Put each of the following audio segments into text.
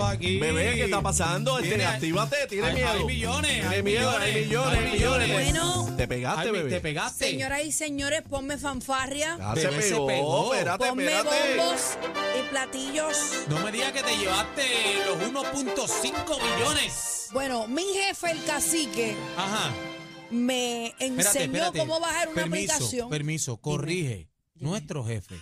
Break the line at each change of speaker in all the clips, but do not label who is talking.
Aquí.
Bebé, ¿qué está pasando? Este,
Tiene-
actívate, tiene
hay-
miedo.
hay millones,
Tiene
hay
miedo,
millones,
hay millones,
hay
millones.
millones.
Bueno.
Te pegaste,
Ay,
bebé.
Te pegaste.
Señoras y señores, ponme fanfarria,
Ya se
Bebé se
pegó,
pegó.
espérate,
ponme
espérate.
bombos y platillos.
No me digas que te llevaste los 1.5 millones.
Bueno, mi jefe, el cacique,
Ajá.
me enseñó
Espérate, espérate.
cómo bajar una
permiso,
aplicación.
Permiso, corrige. Nuestro jefe.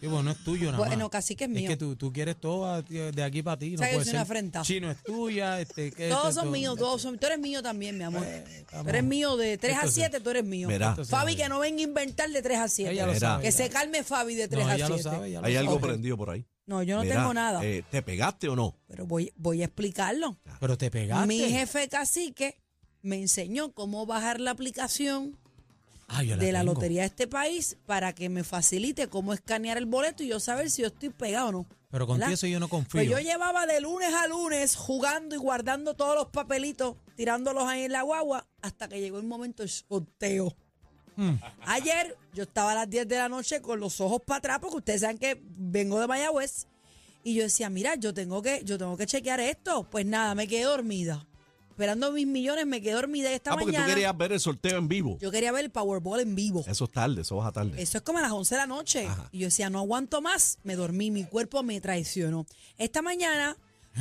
Y bueno, es tuyo nada más.
Bueno, cacique es mío.
que tú, tú quieres todo a- de aquí para ti. No
O sea, yo
puede
soy
ser.
una afrenta.
Chino es tuya. Este, que
Todos
este,
son
todo.
míos, todos son. Tú eres mío también, mi amor.
Eh, estamos-
Tú eres mío de 3 a
Entonces,
7, tú eres mío.
verá.
Fabi, que no venga a inventar de 3 a 7.
Ella lo
Mira.
sabe.
Que se calme Fabi de 3
no,
a
ella
7.
lo sabe. ella lo
Hay algo
sabe.
prendido por ahí.
No, yo no
Mira,
tengo nada.
eh, ¿Te pegaste o no?
pero voy, voy a explicarlo.
Pero te pegaste.
Mi jefe cacique me enseñó cómo bajar la aplicación
Ah, yo
de la
tengo.
lotería de este país para que me facilite cómo escanear el boleto y yo saber si yo estoy pegado o no.
Pero contigo
¿Verdad?
eso yo no confío.
Pues yo llevaba de lunes a lunes jugando y guardando todos los papelitos, tirándolos ahí en la guagua, hasta que llegó el momento del sorteo.
Hmm.
Ayer yo estaba a las 10 de la noche con los ojos para atrás, porque ustedes saben que vengo de Mayagüez, y yo decía, mira, yo tengo que, yo tengo que chequear esto. Pues nada, me quedé dormida. Esperando mis millones, me quedé dormida y esta
ah, porque
mañana.
tú querías ver el sorteo en vivo.
Yo quería ver el Powerball en vivo.
Eso es tarde, eso vas a tarde.
Pues.
Eso es como a las 11 de la noche. Y yo decía, no aguanto más. Me dormí, mi cuerpo me traicionó. Esta mañana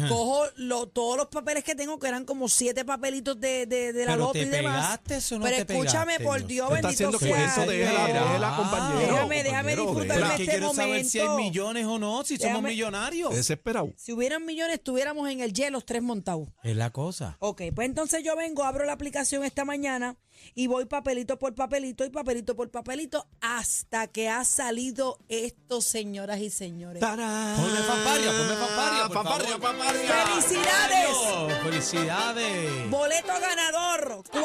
cojo lo- todos los papeles que tengo, que eran como siete papelitos de, de, de la
Pero
loto
te
y demás.
pegaste eso no
Pero
te
escúchame,
pegaste,
por
no.
Dios,
Te está
bendito Ah,
haciendo
sea.
cuento, déjela,
Espera.
déjela, compañero.
Déjame, déjame
compañero,
disfrutar
déjela.
Pero es
este
que quiero saber si hay
momento.
millones o no, si somos
Déjame-
millonarios.
Desesperado.
Si hubieran millones, estuviéramos en el hielo los tres montados.
Es la cosa.
Ok, pues entonces yo vengo, abro la aplicación esta mañana y voy papelito por papelito y papelito por papelito hasta que ha salido esto, señoras y señores.
Tarán.
Ponme fanfarria, ponme fanfarria, por
Fanfarria,
favor.
fanfarria.
¡Felicidades!
Año, ¡Felicidades!
Boleto ganador, 4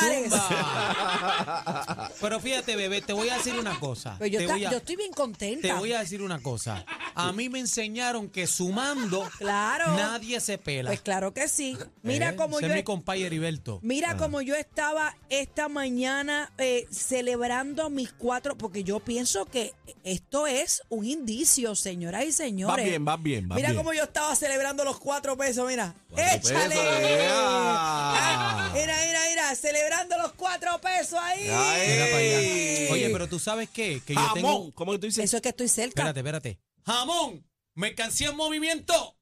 dólares.
Zumba. Pero fíjate, bebé, te voy a decir una cosa.
Pero Pues yo,
te
está-
voy a-
yo estoy bien contenta.
Te voy a decir una cosa. A mí me enseñaron que sumando
Claro.
nadie se pela.
Pues claro que sí. Mira
Eh,
cómo
ese
yo
es mi Ah.
he-
compadre Heriberto.
Mira como yo estaba esta mañana eh, celebrando mis cuatro, porque yo pienso que esto es un indicio, señoras y señores.
Vas bien, vas bien, vas
mira
bien.
cómo yo estaba celebrando los cuatro pesos, mira.
Cuatro
¡Échale!
pesos, ea.
Ah, Mira, mira, mira, celebrando los cuatro pesos ahí.
Ay.
Mira para allá. Oye, pero tú sabes qué? Que yo
Jamón.
tengo.
¿Cómo que tú dices?
Eso es que estoy cerca.
Espérate, espérate. ¡Jamón! ¡Mercancía en movimiento!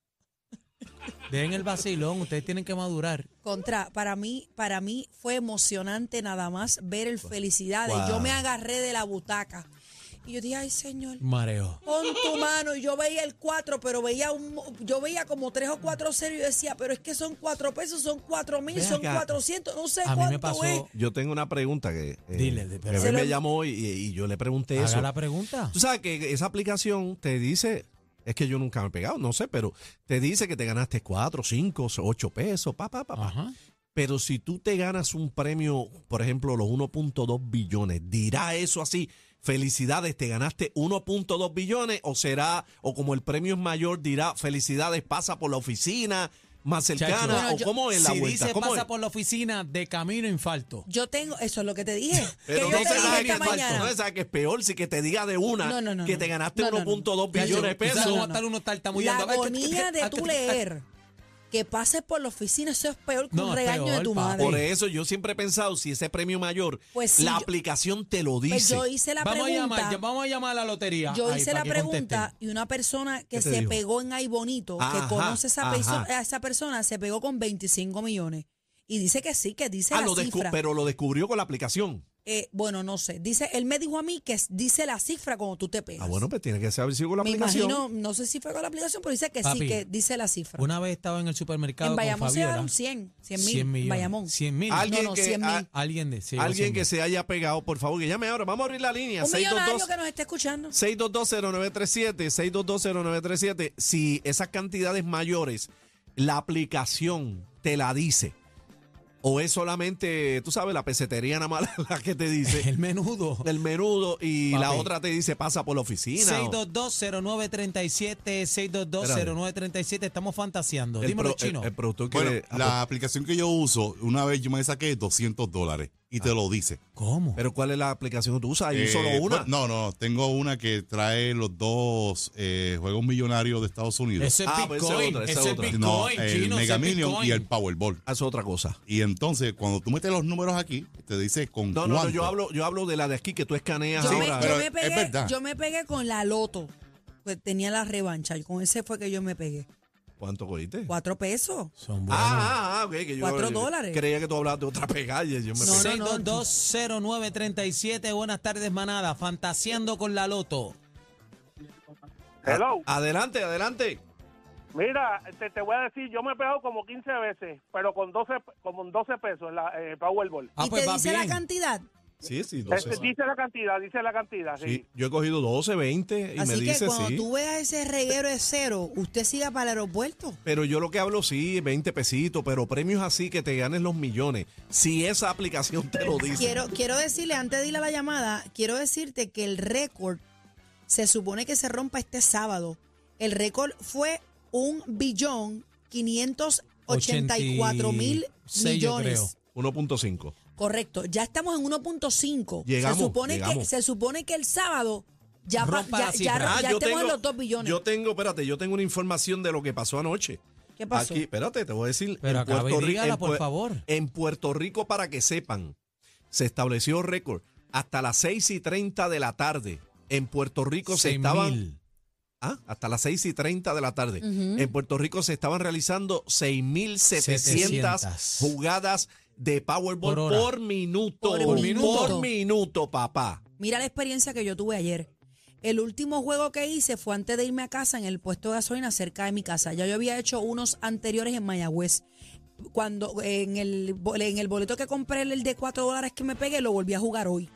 Dejen el vacilón, ustedes tienen que madurar.
Contra, para mí, para mí fue emocionante nada más ver el felicidades.
Wow.
Yo me agarré de la butaca. Y yo dije, ay señor,
Mareo.
pon tu mano. Y yo veía el 4, pero veía un, yo veía como tres o cuatro ceros y yo decía, pero es que son cuatro pesos, son cuatro mil,
Ven
son
acá.
cuatrocientos, no sé
A mí
cuánto
me pasó.
es.
Yo tengo una pregunta que. eh,
Dile, de- pero-
Bebé
Se lo-
me llamó y, y yo le pregunté eso.
Haga la pregunta.
Tú sabes que esa aplicación te dice, es que yo nunca me he pegado, no sé, pero te dice que te ganaste 4, 5, 8 pesos, pa, pa, pa, pa.
Ajá.
Pero si tú te ganas un premio, por ejemplo, los 1.2 billones, ¿dirá eso así? Felicidades, te ganaste 1.2 billones o será, o como el premio es mayor, dirá felicidades, pasa por la oficina más cercana,
Chacho.
Bueno,
o
yo-
cómo es la
si
vuelta,
dice
¿Cómo
pasa
es?
por la oficina de camino infarto.
Yo tengo, eso es lo que te dije. que
Pero
yo
no
te
se
dije
sabe que
esta
falta,
mañana.
no se sabe que es peor si que te diga de una
No, no, no,
que
no.
te ganaste
No, no, no.
1.2 billones de
Quizás
pesos.
no va a estar uno tartamudeando.
La
A ver,
agonía
Este, ah,
de tú leer que pases por la oficina, eso es peor que
No,
un
es
regaño de
peor,
tu
pa.
madre.
Por eso yo siempre he pensado, si ese premio mayor,
Pues sí,
la
yo-
aplicación te lo
Pues
dice.
yo hice la
vamos, a
pregunta.
llamar, ya- vamos a llamar a la lotería.
Yo
ahí,
hice
para
la
que
pregunta
contesten.
y una persona que
¿Qué te
se
dijo?
pegó en Ay Bonito,
Ajá,
que conoce esa
ajá.
perso- a esa persona, se pegó con 25 millones. Y dice que sí, que dice
Ah,
la
lo descu-
cifra.
pero lo descubrió con la aplicación.
Eh, bueno, no sé. Dice, él me dijo a mí que s- dice la cifra cuando tú te pegas.
Ah, bueno, pues tiene que saber si con la
me
aplicación.
imagino, no sé si fue con la aplicación, pero dice que
Papi,
sí, que dice la cifra.
Una vez estaba en el supermercado
en Bayamón
con
se
Fabiola.
dan 100, 100 mil.
100
en
millones.
Bayamón.
100 mil.
Alguien
no,
que,
100 mil.
a-
Alguien de sí,
alguien que
100
se haya pegado, por favor, que llame ahora. Vamos a abrir la línea.
Un millonario
622
que nos está escuchando.
6220937, 6220937. Si esas cantidades mayores, la aplicación te la dice. o es solamente, tú sabes, la pesetería nada más la que te dice
El menudo.
el menudo y la
Papi.
otra te dice pasa por la oficina. o-
6220937, 6220937, estamos fantaseando.
el,
Dímelo,
pro- el-
chino.
el productor que
Bueno,
le- ah,
la aplicación que yo uso, una vez yo me saqué 200 dólares y te lo dice.
¿Cómo?
Pero ¿cuál es la aplicación que tú usas? Ah. ¿Hay
Eh,
solo una?
No, no, tengo una que trae los dos eh, juegos millonarios de Estados Unidos.
Eso es
Ah, pues esa es
Bitcoin.
otra, esa
Eso
es
es
otra.
Bitcoin,
No,
chino.
el
eso es
Mega Million y
Bitcoin.
el Powerball.
Haz otra cosa.
Y entonces, cuando tú metes los números aquí, te dice con
No,
cuánto.
no, no, yo hablo, yo hablo de la de aquí que tú escaneas
Yo, me,
ahora.
yo
pero
me
es
pegué,
verdad.
yo me pegué con la loto. Pues tenía la revancha. y Con ese fue que yo me pegué.
¿Cuánto cogiste?
Cuatro pesos.
Son buenos.
Ah, ah, ah, ok. Que yo,
Cuatro
yo
dólares.
Creía que tú hablabas de otra pegalla. Yo me
No,
pegué.
no, no.
6220937, buenas tardes, manada. Fantaseando con la loto.
Ah,
Hello.
Adelante, adelante.
Mira, te, te voy a decir, yo me he pegado como 15 veces, pero con 12, pe- como en 12 pesos la eh, Powerball.
Ah,
y
pues
te
va
dice la
bien.
cantidad.
Sí, sí,
Este,
12.
dice la cantidad, dice la cantidad, sí.
Sí, yo he cogido 12, 20 y
Así
me
que
dice
cuando
sí.
tú veas ese reguero de cero, usted siga para el aeropuerto.
Pero yo lo que hablo sí, 20 pesitos, pero premios así que te ganes los millones. Si esa aplicación te lo dice.
Quiero, quiero decirle, antes de ir a la llamada, quiero decirte que el récord se supone que se rompa este sábado. El récord fue un billón 584 mil
86, yo creo.
millones.
1.5.
Correcto, ya estamos en 1.5. Se
Llegamos,
supone que
llegamos.
se supone que el sábado ya pa-
Rompa la
ya,
cifra.
ya-
Ah,
ya
yo
estemos en los 2 billones.
Yo tengo, espérate, yo tengo una información de lo que pasó anoche.
¿Qué pasó?
Aquí, espérate, te voy a decir.
Pero acaba y
Ri-
dígala,
en
por
Pue-
favor.
En Puerto Rico, para que sepan, se estableció récord. Hasta las 6 y 30 de la tarde, en Puerto Rico se
6,000.
estaban... Ah, hasta las 6 y 30 de la tarde. En Puerto Rico se estaban realizando 6.700
700
jugadas de
Por
Powerball por,
hora.
minuto.
Por
Por
minuto.
Por minuto, papá.
Mira la experiencia que yo tuve ayer. El último juego que hice fue antes de irme a casa en el puesto de gasolina cerca de mi casa. Ya yo había hecho unos anteriores en Mayagüez. Cuando eh, en el, bo- en el boleto que compré, el de 4 dólares que me pegué, lo volví a jugar hoy.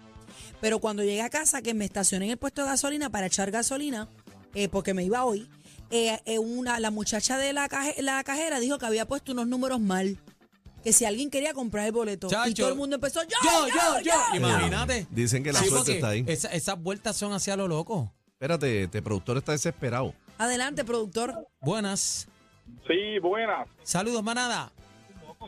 Pero cuando llegué a casa, que me estacioné en el puesto de gasolina para echar gasolina, eh, porque me iba hoy, eh, eh, una, la muchacha de la, caje- la cajera dijo que había puesto unos números mal. Que si alguien quería comprar el boleto. y
Chacho.
todo el mundo empezó, yo,
Yo,
yo, yo.
Imagínate.
Dicen que la suerte
porque eh,
está ahí.
esa- esas vueltas son hacia lo loco.
Espérate, este productor está desesperado.
Adelante, productor.
Buenas.
Sí, buenas.
Saludos, manada.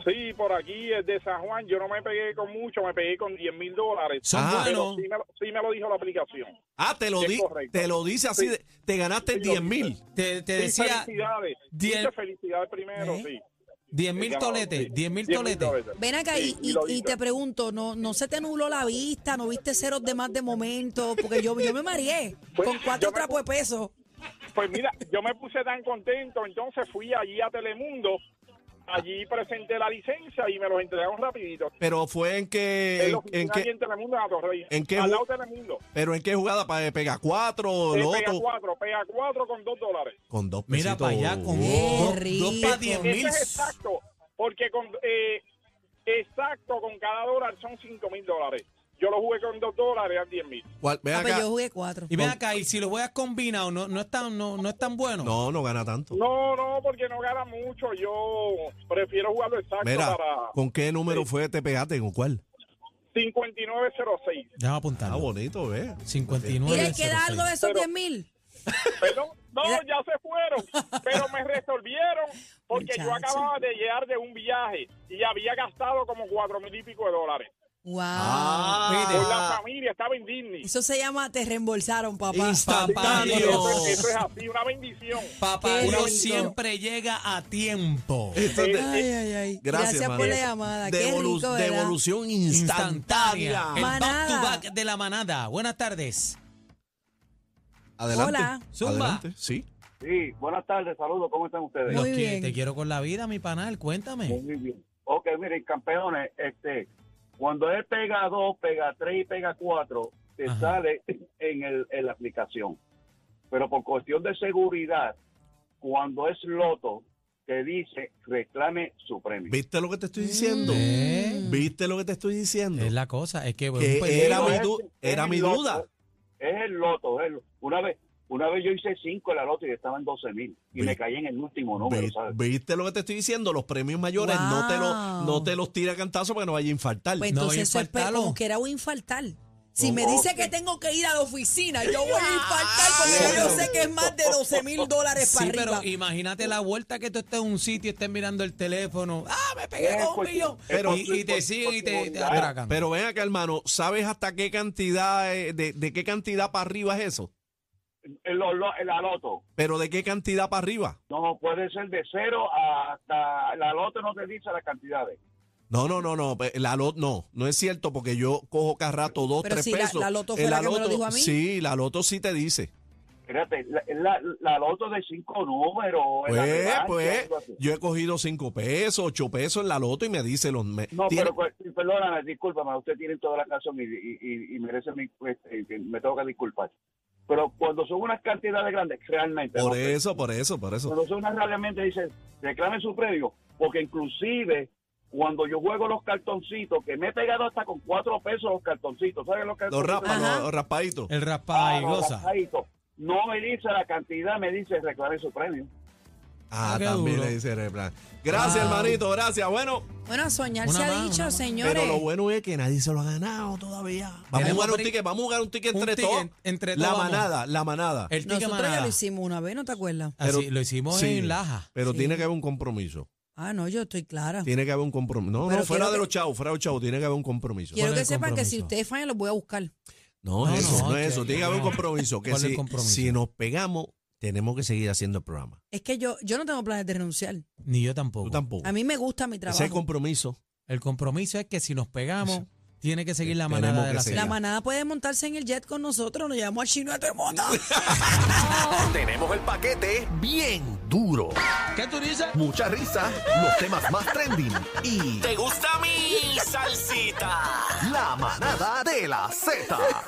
Sí, por aquí es de San Juan. Yo no me pegué con mucho, me pegué con 10 mil dólares.
Son
Ah.
Pero
buenos.
sí me, lo- sí me lo dijo la aplicación.
Ah, te lo,
Es
di-
correcto.
te lo dice así,
Sí.
de- te ganaste
Sí, lo
10 mil.
Te, te
Sí,
decía
felicidades.
diez-
Muchas felicidades primero,
¿Eh?
sí.
10 mil
El ganador, sí.
toletes. 10 mil
10,000
toletes.
Ven acá y-
Sí,
y,
lo
y
hice.
te pregunto, ¿no, ¿no se te nubló la vista? ¿No viste ceros de más de momento? Porque yo, yo me mareé
Pues,
con cuatro
yo me-
trapos de peso.
Pues mira, yo me puse tan contento, entonces fui allí a Telemundo, allí presenté la licencia y me los entregaron rapidito.
Pero fue en que,
En la
en,
oficina
en
allí
que
en Telemundo, en la Torre,
en qué
al
ju-
lado de Telemundo.
pero en qué jugada para pega 4
Eh,
lo
Pega
otro
4, pega 4 con 2 dólares.
con dos
Mira
pesitos.
para allá con
Uh,
dos,
rico.
dos para 10
Eso
mil.
es exacto, porque con eh, exacto con cada dólar son 5 mil dólares. Yo lo jugué con 2 dólares a 10 mil.
¿Cuál? Ven
Ah, pero
acá.
yo jugué cuatro.
Y ven acá, y si los juegas combinado, no, no, es tan, no, no es tan bueno.
No, no gana tanto.
No, no, porque no gana mucho. Yo prefiero jugarlo exacto
Mira,
para
¿con qué número fue te pegaste? ¿Con cuál?
5906.
Déjame apuntarlo.
Ah, bonito, ve.
59.
Mira, ¿y queda algo de esos
Pero-
10 mil?
Perdón, no, ya se fueron, pero me resolvieron porque yo
Muchacho.
acababa de llegar de un viaje y había gastado como 4 mil y pico de dólares.
¡Wow!
Con la
Ah,
familia, estaba en Disney.
Eso se llama te reembolsaron, papá.
Instantáneo.
Eso es- eso es así, una bendición.
Papá,
Qué
Dios
rico.
siempre llega a tiempo.
entonces,
Eh,
Ay, ay, ay.
gracias,
por la
manada.
llamada. Qué
Devolu-
rico, ¿verdad?
Devolución instantánea.
El back to
Manada.
back de la manada. Buenas tardes.
Adelante.
Hola.
Zumba.
Adelante, Sí.
Sí, buenas tardes, saludos, ¿cómo están ustedes?
Muy
Los que-
bien.
Te quiero con la vida, mi panal. Cuéntame.
Muy bien. Ok, miren, campeones, este, cuando él pega dos, pega tres y pega cuatro, te
Ajá.
sale en, el, en la aplicación. Pero por cuestión de seguridad, cuando es loto, te dice reclame su premio.
¿Viste lo que te
Mm.
estoy diciendo?
Eh,
¿Viste lo que te estoy diciendo?
Es la cosa. Es que,
Que
pues,
era
Digo,
mi,
es-
du-
es
era mi
loto,
duda.
Es el loto, es el- una vez,
Una vez yo hice cinco en la loto y estaba en 12 mil. Y
Ve-
me caí en el último número,
Ve-
¿sabes?
¿Viste lo que te estoy diciendo? Los premios mayores no, te lo,
Wow.
no te los tira a cantazo para que no vaya a infartar.
Pues
No,
entonces eso es pe-
infartalo.
como que era un infartal. Si me
Oh,
dice
ok.
que tengo que ir a la oficina, yo voy a infartar porque
Sí,
ya yo
pero-
sé que es más de 12 mil dólares
Sí,
para arriba.
pero imagínate la vuelta que tú estés en un sitio y estés mirando el teléfono. ¡Ah, me
Eh,
pegué
Es
con un
pues,
cuestión-
millón!
es
Pero, y,
cuestión-
y te
por-
siguen y te,
por-
te
por-
atracan.
Pero ven acá, hermano, ¿sabes hasta qué cantidad, eh, de, de qué cantidad para arriba es eso?
En, lo- lo- en la loto.
Pero ¿de qué cantidad para arriba?
No, puede ser de cero hasta... La loto no te dice las cantidades.
No, no, no, no, pe- la loto, no, no es cierto porque yo cojo cada rato dos,
Pero
tres
si la-
pesos.
la loto fue
En
la que me lo dijo a mí.
Sí, la loto sí te dice.
Espérate, la, la, la loto de cinco números. en la
Pues,
revancha,
pues,
algo así.
yo he cogido cinco pesos, ocho pesos en la loto y me dice los... me-
No,
tiene-
pero cu- perdóname, discúlpame, usted tiene toda la razón y, y, y- y merece mi, pues, eh, me tengo que disculpar. Pero cuando son unas cantidades grandes, realmente,
por
¿no?
eso, por eso, por eso.
cuando son unas realmente dicen, reclame su premio, porque inclusive cuando yo juego los cartoncitos, que me he pegado hasta con cuatro pesos los cartoncitos, ¿saben los
Los
cartoncitos?
rapas,
Ajá.
los raspaditos.
el raspa
Ah,
y
los
goza.
rajaditos. No me dice la cantidad, me dice reclame su premio.
Ah,
Ah,
qué
también
duro.
le dice Replan. Gracias,
Wow.
hermanito, gracias. Bueno,
Bueno, soñar
Una
se ha
más, una
dicho,
más.
señores.
pero lo bueno es que nadie se lo ha ganado todavía. Vamos a
Tenemos
jugar un
pri-
ticket, vamos a jugar un ticket
un
entre
ticket
todos.
entre
la
todos, vamos.
manada, la manada.
El ticket
Nosotros ya
manada.
lo hicimos una vez, ¿no te acuerdas?
Así,
Pero-
lo hicimos
sí,
en Laja.
Pero
Sí.
tiene que haber un compromiso.
Ah, no, yo estoy clara.
Tiene que haber un compromiso. No,
Pero
no, fuera
quiero
de
que-
los chavos, fuera de los chavos, tiene que haber un compromiso.
Quiero
¿Cuál
que
es el
sepan que si
compromiso?
ustedes fallan, los voy a buscar.
No,
No,
eso,
no,
no es
que-
eso. Tiene que haber un
no.
compromiso. Que
¿Cuál es el
si,
compromiso?
si nos pegamos, tenemos que seguir haciendo el programa.
Es que yo, yo no tengo planes de renunciar.
Ni yo tampoco.
Tú tampoco.
A mí me gusta mi
Ese es el
trabajo.
compromiso.
El compromiso es que si nos pegamos, tiene que seguir la
Tenemos
manada de
que
la
seguir.
seda.
La manada puede montarse en el jet con nosotros, nos llevamos a Chino a Termota.
Tenemos el paquete bien duro.
¿Qué tú dices?
Mucha risa, los temas más trending y... ¿Te gusta mi salsita? La manada de la Z.